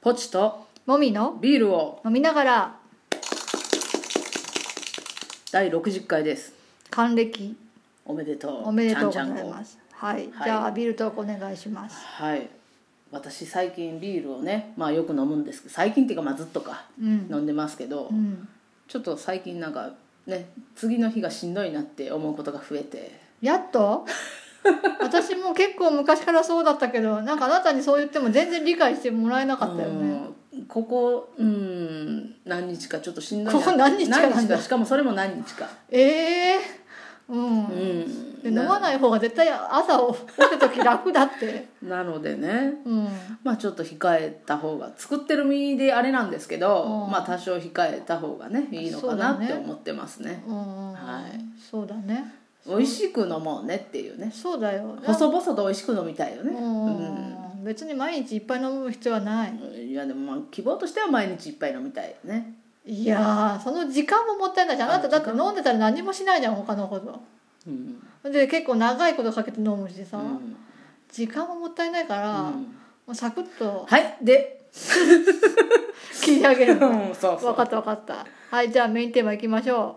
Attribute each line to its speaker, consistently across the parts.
Speaker 1: ポチと
Speaker 2: もみの
Speaker 1: ビールを
Speaker 2: 飲みながら
Speaker 1: 第60回です
Speaker 2: 還暦
Speaker 1: おめでとう
Speaker 2: おめでとうご
Speaker 1: ち
Speaker 2: ざ
Speaker 1: ゃ
Speaker 2: い
Speaker 1: んちゃんこ
Speaker 2: ますはい、
Speaker 1: はい
Speaker 2: じゃあビールトークお願いします
Speaker 1: はい私最近ビールをねまあよく飲むんですけど最近っていうかまあずっとか
Speaker 2: うん
Speaker 1: 飲んでますけど、
Speaker 2: うん
Speaker 1: ちょっと最近なんかね次の日がしんどいなって思うことが増えて
Speaker 2: やっ と私も結構昔からそうだったけどなんかあなたにそう言っても全然理解してもらえなかったよね
Speaker 1: うんここうん何日かちょっとしんどいな
Speaker 2: ここ何日かなんだ
Speaker 1: 何日かしかもそれも何日か
Speaker 2: ええうん、
Speaker 1: うん
Speaker 2: で飲まない方が絶対朝を起きた時楽だ って
Speaker 1: なのでね
Speaker 2: うん
Speaker 1: まあちょっと控えた方が作ってる身であれなんですけど、
Speaker 2: うん
Speaker 1: まあ多少控えた方がねいいのかなって思ってますね
Speaker 2: うん、
Speaker 1: はい
Speaker 2: そうだね
Speaker 1: 美味しく飲もうねっていうね
Speaker 2: そうだよ
Speaker 1: 細々と美味しく飲みたいよねうん
Speaker 2: うん別に毎日いっぱい飲む必要はない
Speaker 1: いやでもまあ希望としては毎日いっぱい飲みたいよね
Speaker 2: いやーその時間ももったいないじゃんあなただって飲んでたら何もしないじゃん他のこと
Speaker 1: うん、
Speaker 2: で結構長いことかけて飲むしさ、
Speaker 1: うん
Speaker 2: 時間ももったいないから、
Speaker 1: う
Speaker 2: も
Speaker 1: ん
Speaker 2: うサクッと
Speaker 1: はいで
Speaker 2: 切り上げるの
Speaker 1: うん そうそう
Speaker 2: 分かった分かったはいじゃあメインテーマいきましょ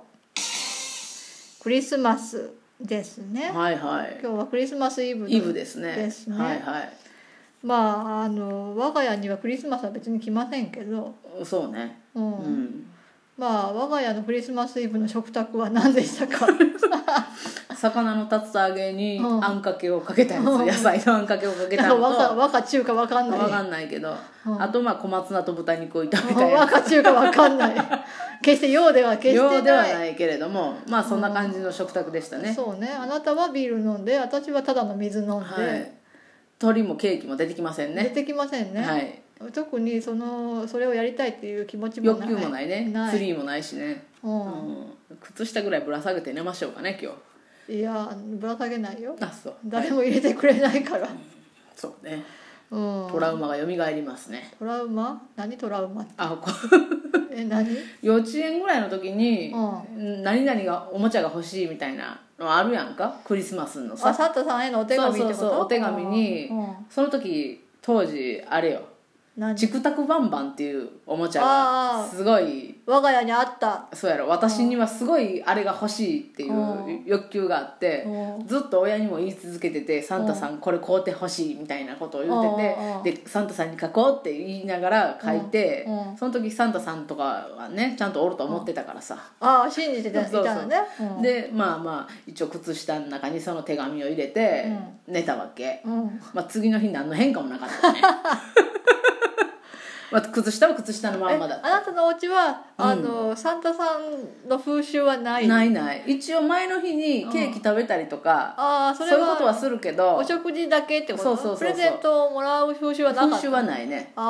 Speaker 2: うクリスマスですね
Speaker 1: はいはい
Speaker 2: 今日はクリスマスイブ
Speaker 1: イブですね
Speaker 2: ですね
Speaker 1: はいはい
Speaker 2: まああの我が家にはクリスマスは別に来ませんけど、
Speaker 1: そうね
Speaker 2: うん
Speaker 1: うん
Speaker 2: まあ我が家のクリスマスイブの食卓は何でし たか
Speaker 1: 魚の竜田揚げに
Speaker 2: うん
Speaker 1: あんかけをかけたやつ、野菜のあんかけをかけた
Speaker 2: なん
Speaker 1: の
Speaker 2: か
Speaker 1: と
Speaker 2: 和か和か中か分かんない
Speaker 1: わかんないけど、
Speaker 2: うん
Speaker 1: あとまあ小松菜と豚肉を炒め たや
Speaker 2: 和か中か分か んない決して洋では
Speaker 1: つ
Speaker 2: 決してない
Speaker 1: 量ではないけれどもまあそんな感じの食卓でしたね、
Speaker 2: そうねあなたはビール飲んで私はただの水飲んで、
Speaker 1: はい鶏もケーキも出てきません
Speaker 2: 出
Speaker 1: ね
Speaker 2: てきませんね、
Speaker 1: はい
Speaker 2: 特にそのそれをやりたいっていう気持ちも
Speaker 1: 欲
Speaker 2: ない
Speaker 1: 求もないね
Speaker 2: ない
Speaker 1: ツリーもないしね、
Speaker 2: うん
Speaker 1: うん靴下ぐらいぶら下げて寝ましょうかね今日
Speaker 2: いやぶら下げないよ
Speaker 1: あそう
Speaker 2: 誰も入れてくれないから、
Speaker 1: そうね
Speaker 2: うん、
Speaker 1: トラウマがよみがえりますね
Speaker 2: トラウマ何トラウマって
Speaker 1: あこ
Speaker 2: え何
Speaker 1: 幼稚園ぐらいの時に、
Speaker 2: う
Speaker 1: 何々がおもちゃが欲しいみたいなのあるやんかクリスマスのさ
Speaker 2: あサンタさんへのお手紙ってこと
Speaker 1: そうそうそうお手紙に
Speaker 2: うんうん
Speaker 1: その時当時あれよ「
Speaker 2: 何
Speaker 1: チクタクバンバン」っていうおもちゃ
Speaker 2: あ
Speaker 1: が
Speaker 2: ー
Speaker 1: すごい
Speaker 2: 我が家にあった
Speaker 1: そうやろ私にはすごいあれが欲しいってい
Speaker 2: うん
Speaker 1: う欲求があって
Speaker 2: うん
Speaker 1: ずっと親にも言い続けてて「サンタさんこれ買うてほしい」みたいなことを言
Speaker 2: うんうん
Speaker 1: っ
Speaker 2: うん
Speaker 1: ててで「サンタさんに書こう」って言いながら書いて
Speaker 2: うんうん
Speaker 1: その時サンタさんとかはねちゃんとおると思ってたからさ
Speaker 2: ああ信じてたい
Speaker 1: そうそう
Speaker 2: たのねうん
Speaker 1: でまあまあ一応靴下の中にその手紙を入れて寝たわけ
Speaker 2: うん
Speaker 1: まあ、次の日何の変化もなかったね まあ靴下は靴下のまんまだ
Speaker 2: え
Speaker 1: っ
Speaker 2: あなたのお家はあの、サンタさんの風習はな
Speaker 1: た
Speaker 2: い
Speaker 1: ないない一応前の日にケーキ食べたりとか、
Speaker 2: ああそ
Speaker 1: そう
Speaker 2: れは
Speaker 1: いうことはするけど
Speaker 2: お食事だけってこと
Speaker 1: そうそうそうそう
Speaker 2: プレゼントをもらう風習はなかった
Speaker 1: 風習はないね
Speaker 2: あ
Speaker 1: ま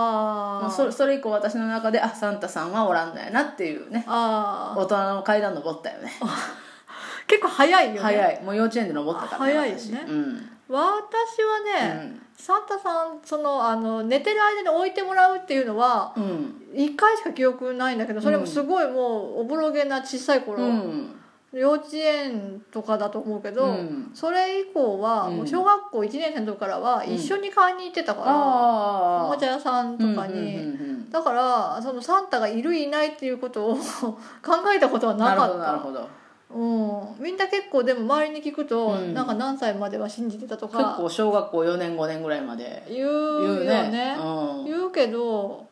Speaker 2: あ
Speaker 1: あ、それそれ以降私の中であサンタさんはおらんのやなっていうね
Speaker 2: ああ
Speaker 1: 大人の階段登ったよね
Speaker 2: 結構早いよね
Speaker 1: 早いもう幼稚園で登ったから、
Speaker 2: あ早いですね
Speaker 1: 私うん
Speaker 2: 私はね、
Speaker 1: うん
Speaker 2: サンタさんそのあの寝てる間に置いてもらうっていうのは
Speaker 1: うん
Speaker 2: 1回しか記憶ないんだけどそれもすごいもうおぼろげな小さい頃、
Speaker 1: うん
Speaker 2: 幼稚園とかだと思うけど、
Speaker 1: うん
Speaker 2: それ以降は
Speaker 1: うん
Speaker 2: もう小学校1年生の時からは一緒に買いに行ってたから、
Speaker 1: ああ
Speaker 2: おもちゃ屋さんとかに、
Speaker 1: うんうんうんうん
Speaker 2: だからそのサンタがいるいないっていうことを 考えたことはな
Speaker 1: なるほ
Speaker 2: か
Speaker 1: ど
Speaker 2: っ
Speaker 1: なる
Speaker 2: た
Speaker 1: ほど
Speaker 2: うん、みんな結構でも周りに聞くと、
Speaker 1: うん
Speaker 2: なんか何歳までは信じてたと
Speaker 1: 結
Speaker 2: か
Speaker 1: 構小学校4年5年ぐらいまで
Speaker 2: 言うよね
Speaker 1: うん、
Speaker 2: 言うけど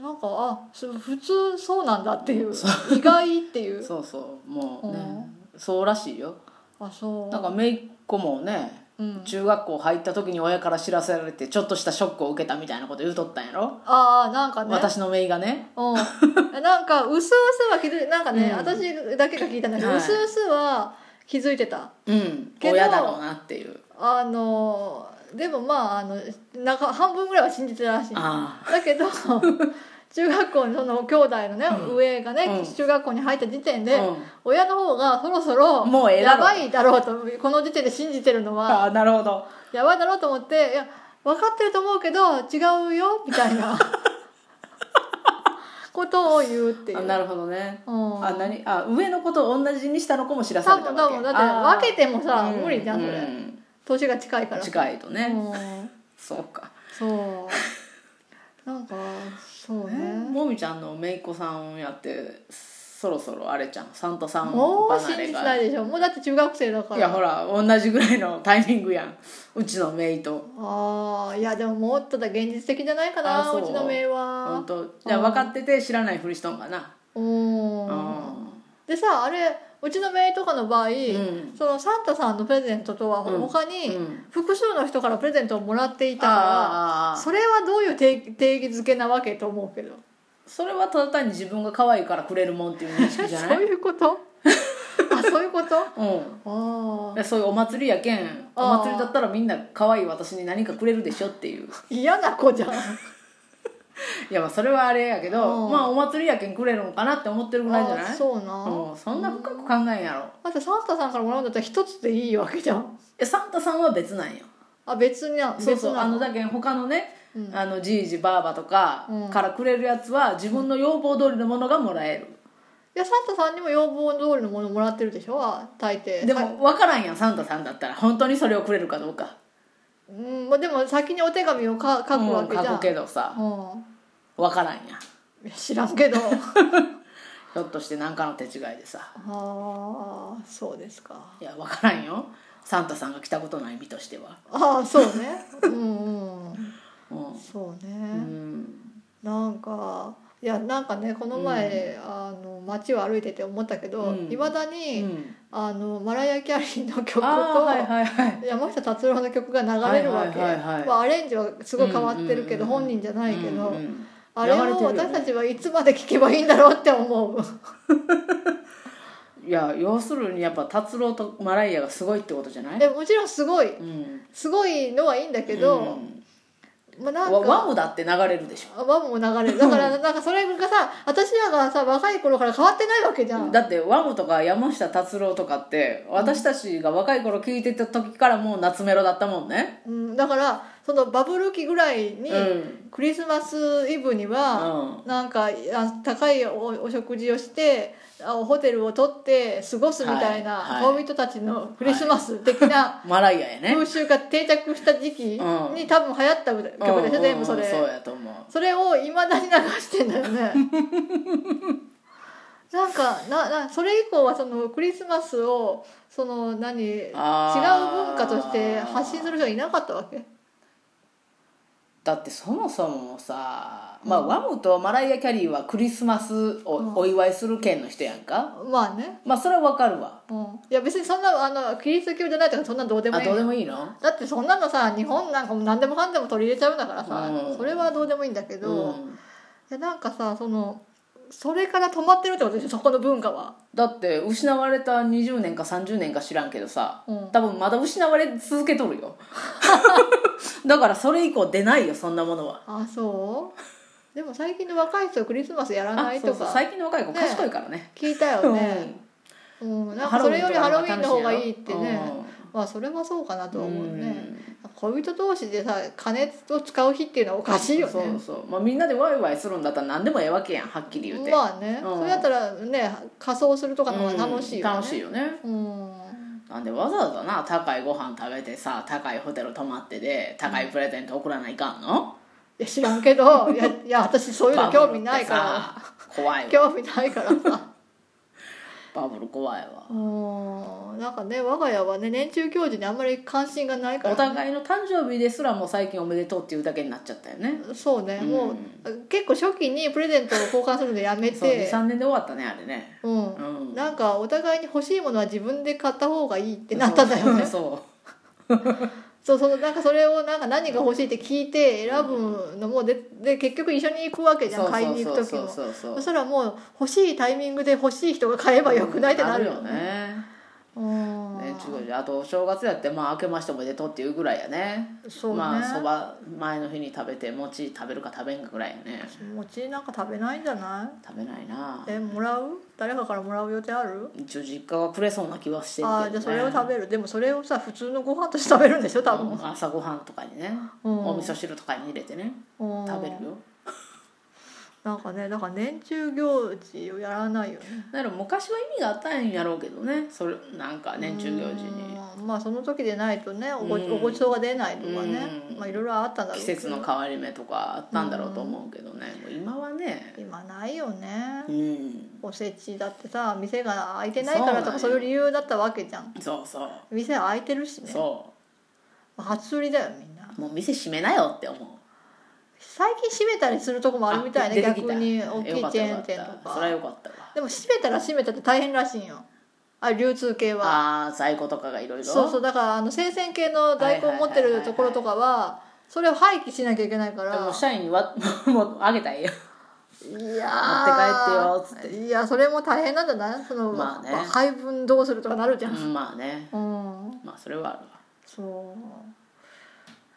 Speaker 2: なんかあす普通そうなんだっていう意外ってい う
Speaker 1: そうそうもうね、そうらしいよ
Speaker 2: あそう
Speaker 1: なんか姪っ子もね、
Speaker 2: うん、
Speaker 1: 中学校入った時に親から知らせられてちょっとしたショックを受けたみたいなこと言うとったんやろ、
Speaker 2: ああなんかね
Speaker 1: 私の姪がね
Speaker 2: うん、なんかうすうすは気づいてなんかね、
Speaker 1: うん
Speaker 2: 私だけが聞いたんだけど、
Speaker 1: はいう
Speaker 2: すうすは気づいてた
Speaker 1: うん
Speaker 2: けど
Speaker 1: 親だろうなっていう
Speaker 2: あのでもまああのなんか半分ぐらいは信じてたらしいだ
Speaker 1: あ
Speaker 2: けど中学校のその兄弟のね、上がね、
Speaker 1: うん
Speaker 2: 中学校に入った時点
Speaker 1: あ、
Speaker 2: で、
Speaker 1: うん
Speaker 2: 親の方がそろそろ
Speaker 1: もうええだ
Speaker 2: や
Speaker 1: ろ
Speaker 2: ばいだろうとこの時点で信じてるのは
Speaker 1: ああなるほど
Speaker 2: やばいだろうと思っていや分かってると思うけど違うよみたい なことを言うっていう。
Speaker 1: あなるほどね、
Speaker 2: うん
Speaker 1: あ何あ上の子と同じにしたの子も知らさ
Speaker 2: 多
Speaker 1: れた
Speaker 2: 分
Speaker 1: わ
Speaker 2: 多
Speaker 1: け
Speaker 2: 分だって分けても
Speaker 1: あ
Speaker 2: さ
Speaker 1: ー
Speaker 2: 無理じゃんそれ、
Speaker 1: うん
Speaker 2: 年が近いから
Speaker 1: 近いとね、
Speaker 2: うん
Speaker 1: そうか
Speaker 2: そうなんか
Speaker 1: みちゃんの姪っ子さんやってそろそろあれじゃんサンタさん
Speaker 2: もう
Speaker 1: 離
Speaker 2: 信
Speaker 1: れ
Speaker 2: じて
Speaker 1: が
Speaker 2: ないでしょもうだって中学生だから
Speaker 1: いやほら同じぐらいの タイミングやんうちの姪と
Speaker 2: ああいやでももっとだ現実的じゃないか
Speaker 1: あー
Speaker 2: な
Speaker 1: そう
Speaker 2: うちの名は
Speaker 1: 本当じゃあ分かってて知らないふりしとんかな
Speaker 2: う
Speaker 1: うん
Speaker 2: でさあれうちのメイとかの場合、
Speaker 1: ん
Speaker 2: そのサンタさんのプレゼントとは
Speaker 1: うん
Speaker 2: 他
Speaker 1: う
Speaker 2: に
Speaker 1: ん
Speaker 2: 複数の人からプレゼントをもらっていたか
Speaker 1: あ
Speaker 2: ら、
Speaker 1: あ
Speaker 2: それはどういう定定義づけなわけと思うけど
Speaker 1: それはただ単に自分が可愛いからくれるもんっていう認識じゃな
Speaker 2: そう
Speaker 1: い
Speaker 2: いうこと あ そういうことあ
Speaker 1: うん
Speaker 2: あ
Speaker 1: でそういうお祭りやけんお
Speaker 2: あー
Speaker 1: 祭りだったらみんな可愛い私に何かくれるでしょっていう
Speaker 2: 嫌な子じゃん
Speaker 1: いやまあそれはあれやけど
Speaker 2: うん
Speaker 1: まあお祭りやけんくれるのかなって思ってるぐらいじゃない
Speaker 2: あそうな、
Speaker 1: うん、そんな深く考えんやろ
Speaker 2: だってサンタさんからもらうんだったら一つでいいわけじゃん
Speaker 1: えサンタさんは別なんよ
Speaker 2: あ別にな
Speaker 1: そうそう
Speaker 2: 別な
Speaker 1: あのだけん他のね、
Speaker 2: うん
Speaker 1: あのじいじばあばとか
Speaker 2: うん
Speaker 1: からくれるやつは自分の要望通りのものがもらえる、
Speaker 2: いやサンタさんにも要望通りのものもらってるでしょあ大抵
Speaker 1: で
Speaker 2: さ
Speaker 1: も分からんやんサンタさんだったら本当にそれをくれるかどうか
Speaker 2: うんまあ、でも先にお手紙をか書くわけじ
Speaker 1: うん
Speaker 2: ゃ
Speaker 1: 書
Speaker 2: ん、
Speaker 1: くけどさ
Speaker 2: う
Speaker 1: 分からんやん
Speaker 2: ん、いや知らん けどあ
Speaker 1: ひょっとして何かの手違いでさ
Speaker 2: あそうですか
Speaker 1: いや分からんよサンタさんが来たことない身としては
Speaker 2: ああそうねうんう
Speaker 1: う
Speaker 2: ん
Speaker 1: ん
Speaker 2: そ
Speaker 1: う
Speaker 2: うね、
Speaker 1: ん
Speaker 2: なんかいやなんかねこの前、あの街を歩いてて思ったけ
Speaker 1: う
Speaker 2: ど
Speaker 1: ん
Speaker 2: いま、未だ
Speaker 1: う
Speaker 2: に、
Speaker 1: ん
Speaker 2: あのマライア・キャリーの曲と、
Speaker 1: あーはいはいはい
Speaker 2: 山下達郎の曲が流れるわけ、
Speaker 1: はいはいはいはい
Speaker 2: まあ、アレンジはすごい変わってる
Speaker 1: うんう
Speaker 2: けど、
Speaker 1: んうん
Speaker 2: 本人じゃないけど、
Speaker 1: うんうん
Speaker 2: あれを
Speaker 1: 流れてるよね
Speaker 2: 私たちはいつまで聴けばいいんだろうって思う
Speaker 1: いや要するにやっぱ達郎とマライアがすごいってことじゃない
Speaker 2: でももちろんすごい
Speaker 1: うん
Speaker 2: すごいのはいいんだけど、まあなんか
Speaker 1: わワムだって流れるでしょ
Speaker 2: ワムも流れるだからなんかそれがさ私らがさ若い頃から変わってないわけじゃん
Speaker 1: だってワムとか山下達郎とかって私たちが若い頃聞いてた時からもう夏メロだったもんね
Speaker 2: うん、だからそのバブル期ぐらいに、
Speaker 1: うん
Speaker 2: クリスマスイブには、なんかあ高いおお食事をしてあホテルを取って過ごすみたいな、
Speaker 1: はいはい
Speaker 2: 恋人たちのクリスマス的な
Speaker 1: マライアやね
Speaker 2: 風習が定着した時期に、
Speaker 1: うん
Speaker 2: 多分流行った曲でしょ、
Speaker 1: うん
Speaker 2: 全部それ、
Speaker 1: うんそうやと思う
Speaker 2: それをいまだに流してんだよ ねなんかななそれ以降はそのクリスマスをその何違う
Speaker 1: あー
Speaker 2: 文化として発信する人がいなかったわけ
Speaker 1: だってそもそもさ、まあワムとマライア・キャリーはクリスマス
Speaker 2: うん
Speaker 1: をお祝いする県の人やんか、
Speaker 2: まあね
Speaker 1: まあそれはわかるわ
Speaker 2: うん、いや別にそんなあのキリスト教じゃないとかそんなんどうでも
Speaker 1: あ
Speaker 2: いい
Speaker 1: どうでもいいの
Speaker 2: だってそんなのさ日本なんかも何でもかんでも取り入れちゃうんだからさ、
Speaker 1: うん
Speaker 2: それはどうでもいいんだけ
Speaker 1: う
Speaker 2: ど、
Speaker 1: ん
Speaker 2: でなんかさそのそれから止まってるってことでしょそこの文化は、
Speaker 1: だって失われた20年か30年か知らんけどさ
Speaker 2: うん、
Speaker 1: 多分まだ失われ続けとる よだからそれ以降出ないよそんなものは
Speaker 2: あそうでも最近の若い人はクリスマスやらな
Speaker 1: あ
Speaker 2: い
Speaker 1: そ
Speaker 2: と
Speaker 1: うそう
Speaker 2: か
Speaker 1: 最近の若い子賢いからね
Speaker 2: 聞いたよね、うんなんかそれよりハロウィンの方がいいってね、まあそれはそうかなとは思うね、恋人同士でさ金を使う日っていうのはおかしいよね
Speaker 1: そうそう、まあ、みんなでワイワイするんだったら何でもええわけやんはっきり言うて、
Speaker 2: まあね、
Speaker 1: うん
Speaker 2: それだったらね仮装するとかの方が楽しいよね、
Speaker 1: うん楽しいよね
Speaker 2: うん
Speaker 1: なんでわざわざな高いご飯食べてさ高いホテル泊まってで高いプレゼント送らないかんの、
Speaker 2: いや知らんけどいやいや私そういうの興味ないか
Speaker 1: バブルってさ怖い
Speaker 2: ら
Speaker 1: わ
Speaker 2: 興味ないからさ
Speaker 1: バブル怖いわ
Speaker 2: うんなんかね我が家はね年中行事にあんまり関心がないか
Speaker 1: お
Speaker 2: ら、
Speaker 1: 互いの誕生日ですらもう最近おめでとうっていうだけになっちゃったよね
Speaker 2: そうね、
Speaker 1: うん
Speaker 2: もう結構初期にプレゼントを交換するのやめ
Speaker 1: そう
Speaker 2: て
Speaker 1: 23年で終わったねあれね
Speaker 2: う
Speaker 1: うんん
Speaker 2: なんかお互いに欲しいものは自分で買った方がいいってなったんだよね
Speaker 1: そう
Speaker 2: そうそうなんかそれをなんか何が欲しいって聞いて選ぶのもでで結局一緒に行くわけじゃん買いに行く時
Speaker 1: そうそ
Speaker 2: も
Speaker 1: うそうそう
Speaker 2: そしたらもう欲しいタイミングで欲しい人が買えばよくないってなるよ
Speaker 1: な
Speaker 2: ね。
Speaker 1: るよね
Speaker 2: うん
Speaker 1: ね中国人あとお正月やってまあ明けましておめでとうっていうぐらいやね
Speaker 2: そうね。
Speaker 1: まあそば前の日に食べて餅食べるか食べんかぐらいやね
Speaker 2: 餅なんか食べないんじゃな？
Speaker 1: 食べないない
Speaker 2: えもらう？誰かからもらう予定ある？
Speaker 1: 一応実家がくれそうな気はしてるけど、ね
Speaker 2: あ、じゃあそれを食べる。でもそれをさ普通のご飯として食べるんでしょ多分。
Speaker 1: うん朝ごはんとかにね、
Speaker 2: うん
Speaker 1: お味噌汁とかに入れてね
Speaker 2: うん
Speaker 1: 食べるよ
Speaker 2: なんかねだから年中行事をやらないよね
Speaker 1: だから昔は意味があったんやろうけどねそれなんか年中行事に
Speaker 2: うんまあその時でないとねおご,、
Speaker 1: うん
Speaker 2: おごちそうが出ないとかね
Speaker 1: うん
Speaker 2: まあいろいろあったんだろ
Speaker 1: 季
Speaker 2: うけど
Speaker 1: 節の変わり目とかあったんだろうと思うけどねもう今はね
Speaker 2: 今ないよね
Speaker 1: うん
Speaker 2: おせちだってさ店が開いてないからとか
Speaker 1: そ
Speaker 2: そうう
Speaker 1: なんよ
Speaker 2: いう理由だったわけじゃん
Speaker 1: そうそう
Speaker 2: 店開いてるしね
Speaker 1: そ
Speaker 2: 初売りだよみんな
Speaker 1: うもう店閉めなよって思う
Speaker 2: 最近閉めたりするとこもあるみたいね
Speaker 1: あ出てき
Speaker 2: 逆に大きいチェーン店
Speaker 1: よかったよ
Speaker 2: と
Speaker 1: かったそれは
Speaker 2: か
Speaker 1: よかったわ
Speaker 2: でも閉めたら閉めたって大変らしいんよあ流通系は
Speaker 1: ああ在庫とかがいろいろ
Speaker 2: そうそうだからあの生鮮系の在庫を持ってるところとかはそれを廃棄しなきゃいけないから
Speaker 1: でも社員にわ もうあげたらええやん
Speaker 2: いや
Speaker 1: 持
Speaker 2: ー
Speaker 1: って帰ってよっつ
Speaker 2: いやそれも大変なんじゃないその、
Speaker 1: まあね
Speaker 2: 配分どうするとかなるじゃん
Speaker 1: うんまあね
Speaker 2: うん、
Speaker 1: まあそれはあるわ
Speaker 2: そ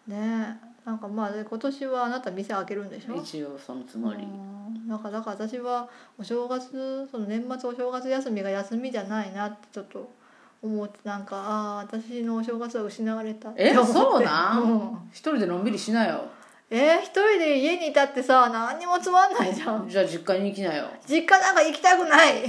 Speaker 2: うねえなんかまあで今年はあなた店開けるんでしょ
Speaker 1: 一応そのつもり
Speaker 2: うんなんかだから私はお正月その年末お正月休みが休みじゃないなってちょっと思ってなんかああー私のお正月は失われたって
Speaker 1: え
Speaker 2: 思って
Speaker 1: そうなん
Speaker 2: うん
Speaker 1: 一人でのんびりしなよ
Speaker 2: えー、一人で家にいたってさ何にもつまんないじゃん
Speaker 1: じゃあ実家に行きなよ
Speaker 2: 実家なんか行きたくない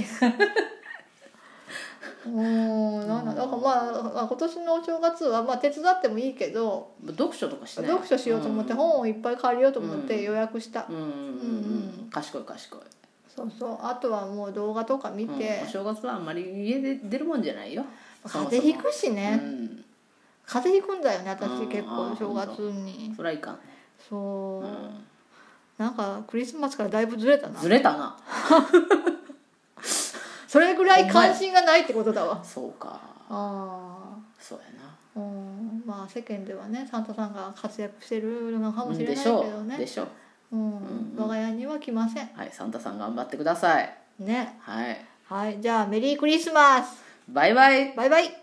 Speaker 2: うーんなんだだからまあ今年のお正月はまあ手伝ってもいいけど
Speaker 1: 読書とかしない
Speaker 2: 読書しようと思って
Speaker 1: うん
Speaker 2: 本をいっぱい借りようと思って予約した、
Speaker 1: うんうん
Speaker 2: うんう
Speaker 1: うん賢い賢い
Speaker 2: そうそうあとはもう動画とか見
Speaker 1: う
Speaker 2: て
Speaker 1: ん、お正月はあんまり家で出るもんじゃないよ
Speaker 2: 風邪ひくしね、
Speaker 1: うん
Speaker 2: 風邪ひくんだよね私
Speaker 1: うん
Speaker 2: 結構
Speaker 1: あー
Speaker 2: 正月に
Speaker 1: それはいかんね
Speaker 2: そう、
Speaker 1: うん
Speaker 2: なんかクリスマスからだいぶずれたな
Speaker 1: ずれたな
Speaker 2: それぐらい関心がないってことだわ
Speaker 1: そうか
Speaker 2: ああ
Speaker 1: そうやな
Speaker 2: うん、まあ世間ではねサンタさんが活躍してるのかもしれな
Speaker 1: で
Speaker 2: いけ
Speaker 1: しょ
Speaker 2: ど
Speaker 1: う
Speaker 2: ね
Speaker 1: でしょう
Speaker 2: うん
Speaker 1: うん
Speaker 2: 我が家には来ません
Speaker 1: はいサンタさん頑張ってください
Speaker 2: ね
Speaker 1: はい
Speaker 2: はいじゃあメリークリスマス
Speaker 1: バイバイ
Speaker 2: バイバイ